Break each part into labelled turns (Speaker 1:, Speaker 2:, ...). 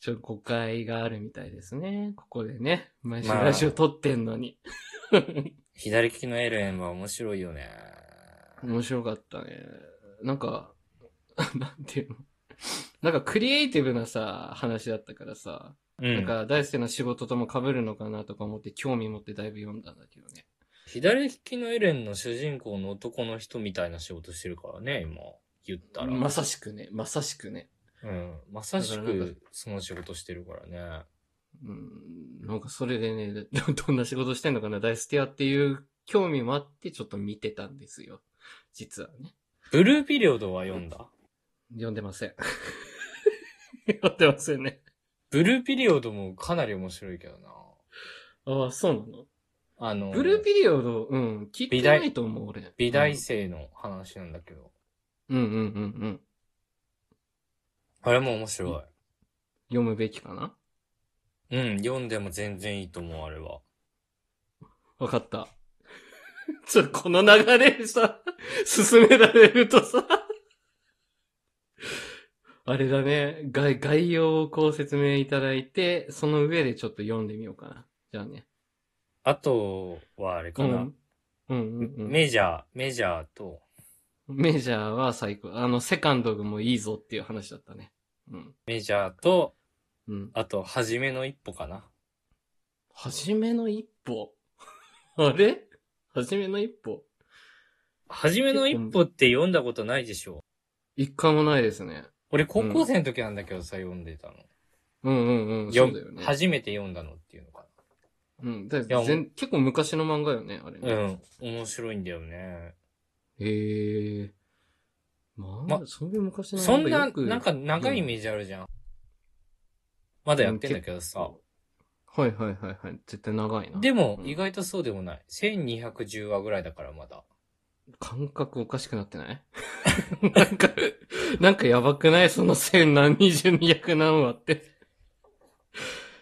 Speaker 1: ちょ、誤解があるみたいですね。ここでね。毎週
Speaker 2: まあ
Speaker 1: ラジオ撮ってんのに。
Speaker 2: 左利きのエレンは面白いよね。
Speaker 1: 面白かったね。なんか、 なんていうのなんかクリエイティブなさ、話だったからさ、
Speaker 2: うん。
Speaker 1: なんか大輔の仕事とも被るのかなとか思って興味持ってだいぶ読んだんだけどね。
Speaker 2: 左利きのエレンの主人公の男の人みたいな仕事してるからね、今。言ったら。
Speaker 1: まさしくね、まさしくね。
Speaker 2: うん。まさし
Speaker 1: だからなん
Speaker 2: く、その仕事してるからね。
Speaker 1: うん、なんかそれでね、 どんな仕事してんのかな、大輔はっていう興味もあってちょっと見てたんですよ。実はね。
Speaker 2: ブルーピリオドは読んだ、
Speaker 1: 読んでません。 読んでませんね。
Speaker 2: ブルーピリオドもかなり面白いけどな。
Speaker 1: ああ、そうなの
Speaker 2: あの、
Speaker 1: ブルーピリオド、うん、聞いてないと思う、俺。
Speaker 2: 美大生の話なんだけど。
Speaker 1: うんうんうんうん。
Speaker 2: あれも面白。
Speaker 1: 読むべきかない
Speaker 2: うん、読んでも全然いいと思う、あれは。
Speaker 1: わかった。 ちょ、この流れさ、進められるとさ、 あれだね、概、概要をこう説明いただいて、その上でちょっと読んでみようかな。じゃあね。
Speaker 2: あとは、あれか
Speaker 1: う
Speaker 2: な、
Speaker 1: ん。うんうんうん。
Speaker 2: メジャー、メジャーと、
Speaker 1: メジャーは最高。あの、セカンドもいいぞっていう話だったね。うん。
Speaker 2: メジャーと、
Speaker 1: うん。
Speaker 2: あと、初めの一歩かな。
Speaker 1: はじめの一歩。 あれはじめの一歩。
Speaker 2: 初めの一歩って読んだことないでしょ。
Speaker 1: 一回もないですね。
Speaker 2: 俺、高校生の時なんだけどさ、読んでたの。
Speaker 1: うんうんうん。そう
Speaker 2: 読
Speaker 1: んだよね。
Speaker 2: 初めて読んだのっていうのか
Speaker 1: うん。だ
Speaker 2: やもう
Speaker 1: 全結構昔の漫画よね、あれ
Speaker 2: な。う
Speaker 1: ね。
Speaker 2: ん。面白いんだよね。
Speaker 1: へえ。まあ、
Speaker 2: ま
Speaker 1: そういう昔の
Speaker 2: そんな、
Speaker 1: よく
Speaker 2: なんか長いイメージあるじゃん。まだやってんだけどさ。
Speaker 1: はいはいはいはい。絶対長いな。
Speaker 2: でも、
Speaker 1: うん
Speaker 2: 意外とそうでもない。1210話ぐらいだからまだ。
Speaker 1: 感覚おかしくなってない なんか、なんかやばくないその千何、二十二百何話って。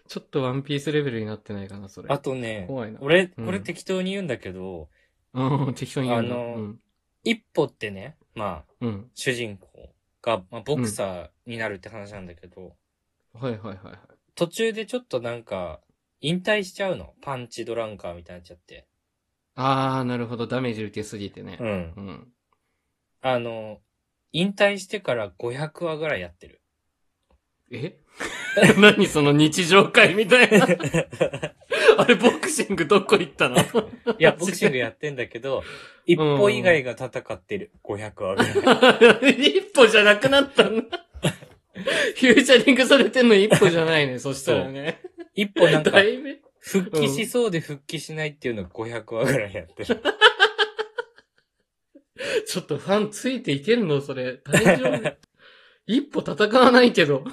Speaker 1: ちょっとワンピースレベルになってないかな、それ。
Speaker 2: あとね、
Speaker 1: 怖いな。
Speaker 2: 俺、
Speaker 1: うん
Speaker 2: これ適当に言うんだけど、
Speaker 1: うん、適当に言うな
Speaker 2: あの
Speaker 1: うん。
Speaker 2: 一歩ってね、まあ、
Speaker 1: うん。
Speaker 2: 主人公が、まあ、ボクサーになるって話なんだけど、
Speaker 1: はいはいはいはい。
Speaker 2: 途中でちょっとなんか、引退しちゃうの。パンチドランカーみたいになっちゃって。
Speaker 1: あー、なるほど。ダメージ受けすぎてね
Speaker 2: う。ん。
Speaker 1: うん。
Speaker 2: あの、引退してから500話ぐらいやっ てる。
Speaker 1: え 何その日常会みたい な。あれ、ボクシングどこ行ったの
Speaker 2: いや、ボクシングやってんだけど、一歩以外が戦ってる。500話ぐらい。
Speaker 1: 一歩じゃなくなったんだ。フューチャリングされてんの一歩じゃない ね、そしたらね。
Speaker 2: 一歩なんか
Speaker 1: だ、いぶ。
Speaker 2: 復帰しそうで復帰しないっていうのを500話ぐらいやってる。
Speaker 1: ちょっとファンついていけるのそれ。大丈夫 一歩戦わないけ ど。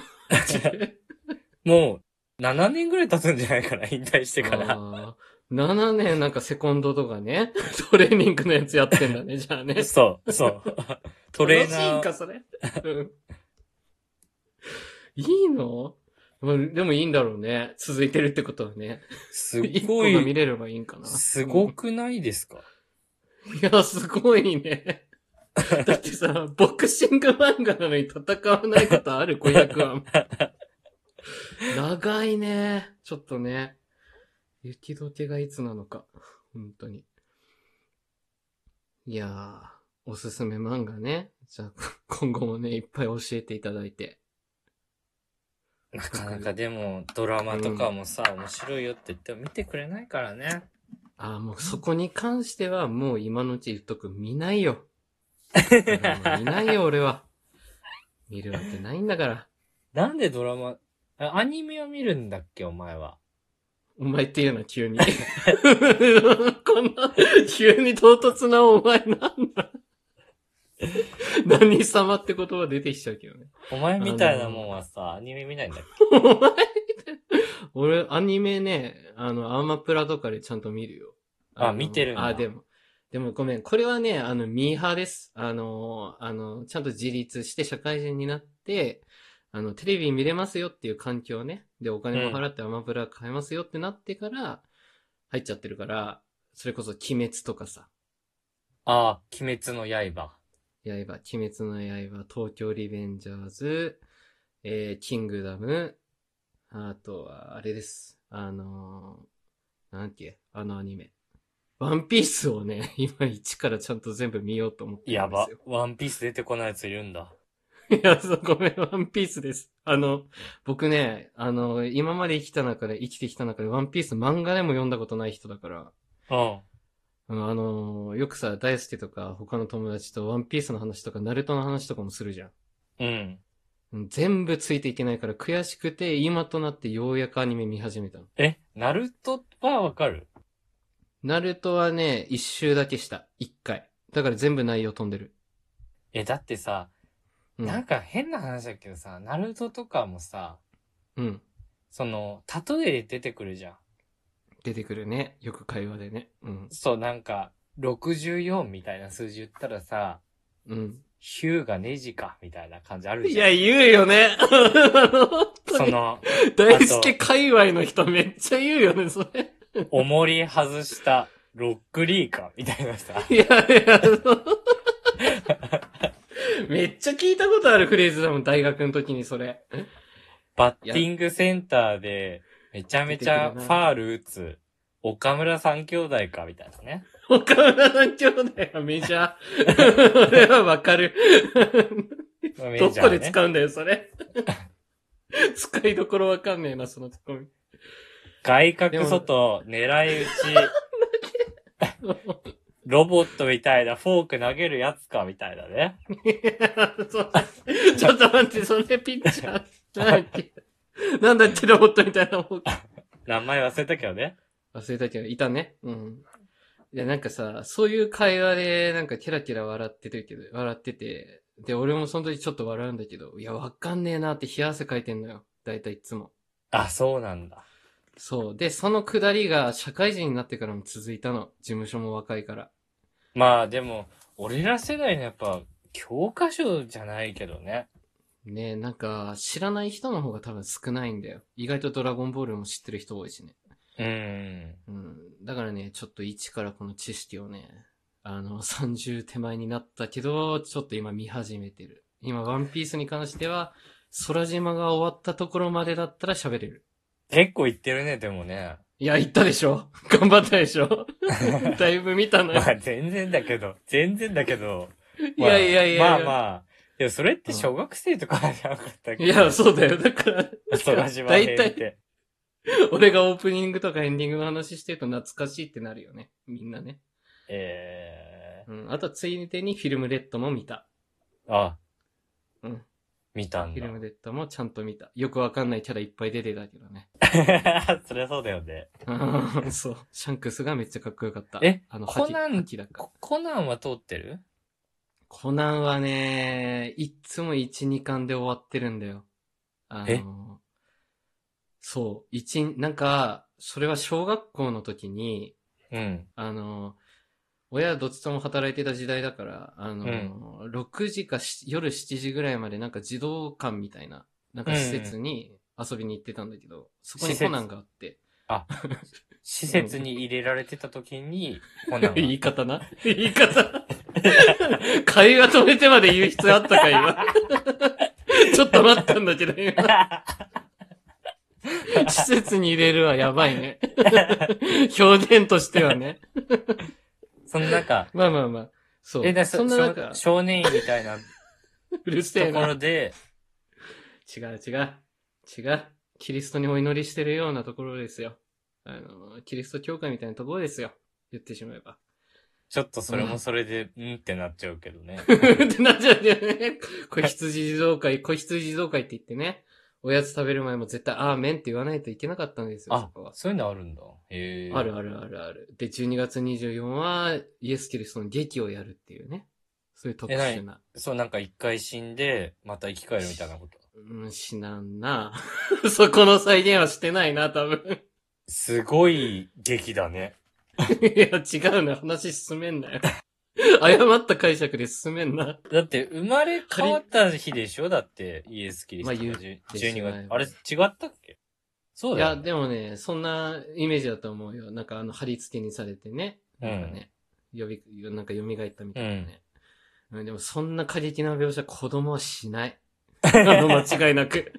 Speaker 2: もう、7年ぐらい経つんじゃないかな、引退してから。
Speaker 1: あー7年なんかセコンドとかね、 トレーニングのやつやってん だね、じゃあね。
Speaker 2: そ う、そう。トレー
Speaker 1: 楽
Speaker 2: ナ
Speaker 1: しいん
Speaker 2: ー
Speaker 1: か、それ。うんいいのまあでもいいんだろうね。続いてるってことはね。
Speaker 2: す
Speaker 1: 一個
Speaker 2: ご
Speaker 1: が見
Speaker 2: い、
Speaker 1: れればいいんかな。
Speaker 2: すごくないですか
Speaker 1: うん。いや、すごいね。だってさ、ボクシング漫画なのに戦わないことある500は。長いね。ちょっとね。雪解けがいつなのか。本当に。いやー、おすすめ漫画ね。じゃあ、今後もね、いっぱい教えていただいて。
Speaker 2: なかなかでも、ドラマとかもさ、面白いよって言っても見てくれないからね。
Speaker 1: ああ、もうそこに関してはもう今のうち言っとく。見ないよ。見ないよ、俺は。見るわけないんだから。
Speaker 2: なんでドラマ、あアニメを見るんだっけ、お前は。
Speaker 1: お前っていうのは急に。こ んな、急に唐突なお前なんだ。何様って言葉出てきちゃうけどね。
Speaker 2: お前みたいなもんはさ、アニメ見ないんだっけ
Speaker 1: お前みたいな 俺、アニメね、あの、アーマプラとかでちゃんと見るよ。
Speaker 2: あ
Speaker 1: の
Speaker 2: 見てるんだ
Speaker 1: あ、でも。でもごめん。これはね、あの、ミーハーです。あの、あの、ちゃんと自立して社会人になって、あの、テレビ見れますよっていう環境ね。で、お金も払ってアマプラ買えますよってなってから、入っちゃってるから、それこそ鬼滅とかさ。
Speaker 2: ああ、鬼滅の刃。
Speaker 1: 刃、鬼滅の刃、東京リベンジャーズ、えー、キングダム、あとは、あれです。あのー、なんだっけ、あのアニメ。ワンピースをね、 今一からちゃんと全部見ようと思ってる
Speaker 2: や
Speaker 1: んで
Speaker 2: ば
Speaker 1: すよ。。
Speaker 2: ワンピース出てこないやついるんだ。
Speaker 1: いや、そう、ごめん、ワンピースです。あの、僕ね、あの、今まで生きた中で、生きてきた中で、ワンピース漫画でも読んだことない人だから、
Speaker 2: うん。
Speaker 1: うんあの、よくさ、大輔とか他の友達とワンピースの話とか、ナルトの話とかもするじゃん。
Speaker 2: うん。
Speaker 1: うん全部ついていけないから悔しくて、今となってようやくアニメ見始めたの。
Speaker 2: え、ナルトはわかる
Speaker 1: ナルトはね、一周だけした。一回。だから全部内容飛んでる。
Speaker 2: え、だってさ、
Speaker 1: うん。
Speaker 2: なんか変な話だけどさ、ナルトとかもさ、
Speaker 1: うん。
Speaker 2: その、例えで出てくるじゃん。
Speaker 1: 出てくるね。よく会話でね。うん。
Speaker 2: そう、なんか、64みたいな数字言ったらさ、
Speaker 1: うん。
Speaker 2: ヒューがネジか、みたいな感じある
Speaker 1: い
Speaker 2: じゃん。
Speaker 1: や、言うよね。本当
Speaker 2: そ
Speaker 1: に
Speaker 2: の、
Speaker 1: 大輔界隈の人めっちゃ言うよね、それ。
Speaker 2: 重り外したロックリーか、みたいなさ。
Speaker 1: いやいや、そうめっちゃ聞いたことあるフレーズだもん、大学の時にそれ。
Speaker 2: バッティングセンターで、めちゃめちゃファール打つ、岡村三兄弟か、みたいなね。
Speaker 1: 岡村さん兄弟はメジャー。俺はわかる。
Speaker 2: メ
Speaker 1: ど
Speaker 2: ジャ
Speaker 1: こ
Speaker 2: ーね
Speaker 1: で使うんだよ、それ。使いどころわかんねえな、そのツッコミ。
Speaker 2: 外角外、狙 い撃ち、ロボットみたいなフォーク投げるやつか、みたいなね。
Speaker 1: そうちょっと待って、それピッチャー。なんだっけなんだっけ、ロボットみたいなもん
Speaker 2: 名前忘れたけどね。
Speaker 1: 忘れたけど、いたね。うん。いや、なんかさ、そういう会話で、なんかキラキラ笑ってるけど、笑ってて、で、俺もその時ちょっと笑うんだけど、いや、わかんねえなって冷や汗かいてんのよ。だいたいいつも。
Speaker 2: あ、そうなんだ。
Speaker 1: そう。で、そのくだりが社会人になってからも続いたの。事務所も若いから。
Speaker 2: まあでも、俺ら世代のやっぱ、教科書じゃないけどね。
Speaker 1: ねえ、なんか、知らない人の方が多分少ないんだよ。意外とドラゴンボールも知ってる人多いしね。
Speaker 2: うん。
Speaker 1: うん。だからね、ちょっと一からこの知識をね、あの、30手 前になったけど、ちょっと今見始めてる。今、ワンピースに関しては、空島が終わったところまでだったら喋れる。
Speaker 2: 結構言ってるね、でもね。
Speaker 1: いや、言ったでしょ 頑張ったでしょ だいぶ見たのよ
Speaker 2: ま。あ全然だけど、全然だけど。
Speaker 1: いやいやいやいや。
Speaker 2: まあまあ。いや、それって小学生とかじゃなかったっけ
Speaker 1: いや、そうだよ。だから、
Speaker 2: 空島編
Speaker 1: 大
Speaker 2: っ
Speaker 1: 体
Speaker 2: て。
Speaker 1: 俺がオープニングとかエンディングの話してると懐かしいってなるよね。みんなね。
Speaker 2: え
Speaker 1: うん。あと、ついでにフィルムレッドも見た。
Speaker 2: ー、あ、
Speaker 1: うん。
Speaker 2: 見たん
Speaker 1: フィ
Speaker 2: だ
Speaker 1: ル。ムレッドもちゃんと見た。よくわかんないキャラいっぱい出てたけど ね。
Speaker 2: そりゃそうだよね。
Speaker 1: うんそう。シャンクスがめっちゃかっこよかった。
Speaker 2: え
Speaker 1: あの、
Speaker 2: コナン
Speaker 1: ハキハキだから
Speaker 2: ココナンは通ってる
Speaker 1: コナンはね、いっつも1、2巻で終わってるんだよ。あ
Speaker 2: え
Speaker 1: の、そう、一、なんか、それは小学校の時に、
Speaker 2: うん。
Speaker 1: あの、親どっちとも働いてた時代だから、あの、6時かし夜7時ぐらいまでなんか児童館みたいな、なんか施設に遊びに行ってたんだけど、そこに
Speaker 2: 施設
Speaker 1: コナンがあって。
Speaker 2: 施設に入れられてた時に、コナンは。
Speaker 1: 言い方な。言い方。会話止めてまで言う必要あったか、今。ちょっと待ったんだけど、今。施設に入れるはやばいね。 表現としてはね。
Speaker 2: その中、
Speaker 1: まあまあまあ。そう。
Speaker 2: え、だ
Speaker 1: そんな中
Speaker 2: 少、少年院みたいな
Speaker 1: うるせえ
Speaker 2: とこ
Speaker 1: な。
Speaker 2: ろで、
Speaker 1: 違う違う。違う。キリストにお祈りしてるようなところですよ。あの、キリスト教会みたいなところですよ。言ってしまえば。
Speaker 2: ちょっとそれもそれで、うんってなっちゃうけ どね。
Speaker 1: ってなっちゃうんだよね。子羊児童会、子羊児童会って言ってね、おやつ食べる前も絶対アーメンって言わないといけなかったんですよ、そ
Speaker 2: あ
Speaker 1: こは、。
Speaker 2: そういうのあるんだ。へえ。
Speaker 1: あるあるあるある。で、12月24は、イエス・キリストの劇をやるっていうね。そういう特殊な。
Speaker 2: そう、なんか一回死んで、また生き返るみたいな こと。
Speaker 1: うん、死なんな。 そこの再現はしてないな、多分。
Speaker 2: すごい劇だね。
Speaker 1: いや、違うな。話進めんなよ。 誤った解釈で進めんな。
Speaker 2: だって、生まれ変わった日でしょだって、イエス・キリストが
Speaker 1: まあ
Speaker 2: 10
Speaker 1: 言ってしまえ
Speaker 2: 12月。
Speaker 1: ば
Speaker 2: あれ、違ったっけそう
Speaker 1: い
Speaker 2: だ
Speaker 1: や、
Speaker 2: よね。
Speaker 1: でもね、そんなイメージだと思うよ。なんかあの、貼り付けにされてね。なんかね、呼び、なんか蘇ったみたいなね。うん、でもそんな過激な 描写子供はしない。あの、間違いなく。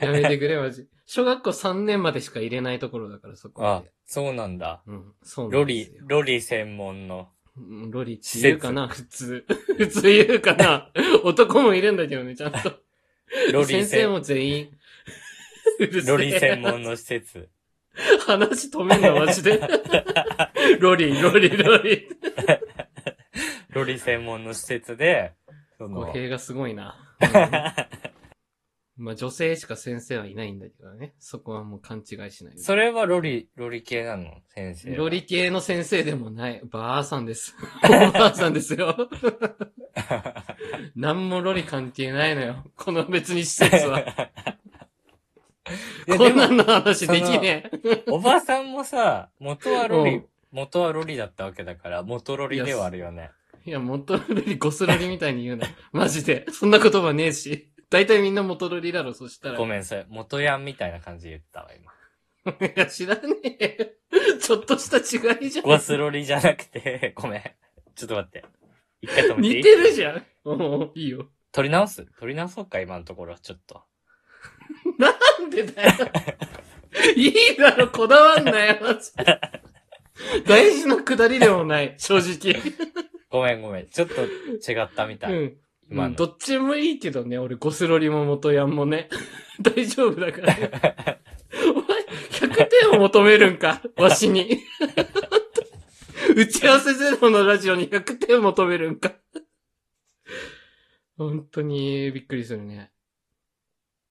Speaker 1: やめてくれ、マジ。小学校3年までしか入れないところだから、そこ
Speaker 2: あ
Speaker 1: って。、
Speaker 2: そうなんだ。
Speaker 1: うん、そうな
Speaker 2: ロ
Speaker 1: んで
Speaker 2: リ
Speaker 1: す、よ。
Speaker 2: ロリ専 門の。
Speaker 1: うんロリって言うかな普通。 普通言うかな男もいるんだけどね、ちゃんと。
Speaker 2: ロリ
Speaker 1: 先生
Speaker 2: 専
Speaker 1: も全員。うるせえ
Speaker 2: ロリ専門の施設。
Speaker 1: 話止めんな、マジ で。ロリ、ロリ、ロリ。
Speaker 2: ロリ専門の施設で、そ
Speaker 1: 語
Speaker 2: の、
Speaker 1: 弊がすごい な。うんまあ女性しか先生はいないんだけどね。そこはもう勘違いしないで。
Speaker 2: それはロリ、ロリ系なの先生は。
Speaker 1: ロリ系の先生でもない。ばあさん です。おばあさんです よ。何もロリ関係ないのよ。この別に施 設は。
Speaker 2: いや
Speaker 1: こ
Speaker 2: で
Speaker 1: んな
Speaker 2: も、
Speaker 1: の話できねえ。
Speaker 2: おばさんもさ、元はロ
Speaker 1: う
Speaker 2: リ
Speaker 1: ん、
Speaker 2: 元はロリだったわけだから、元ロリではあるよね。
Speaker 1: いや、元ロリ、ゴスロリみたいに言うな。 マジで。そんな言葉ねえし。大体みんな元ロリだろ、そしたら。
Speaker 2: ごめん、それ、元ヤンみたいな感じで言ったわ、今。
Speaker 1: いや、知らねえ。 ちょっとした違いじゃん。
Speaker 2: ゴスロリじゃなくて、 ごめん。ちょっと待って。一回止めてい
Speaker 1: 似
Speaker 2: い
Speaker 1: てるじゃん。おういいよ。
Speaker 2: 取り直す取り直そうか、今のところ、ちょっと。
Speaker 1: なんで だよ。いいだろ、こだわんなよ、マジで大事なくだりでもない、正直。
Speaker 2: ごめんごめん。ちょっと違ったみたい。
Speaker 1: うん。
Speaker 2: 今の。
Speaker 1: どっちもいいけどね、俺、ゴスロリも元ヤンもね。 大丈夫だから、ね。 お前、100点を求めるんか、わしに。 打ち合わせゼロのラジオに100点を求めるんか。本当にびっくりするね。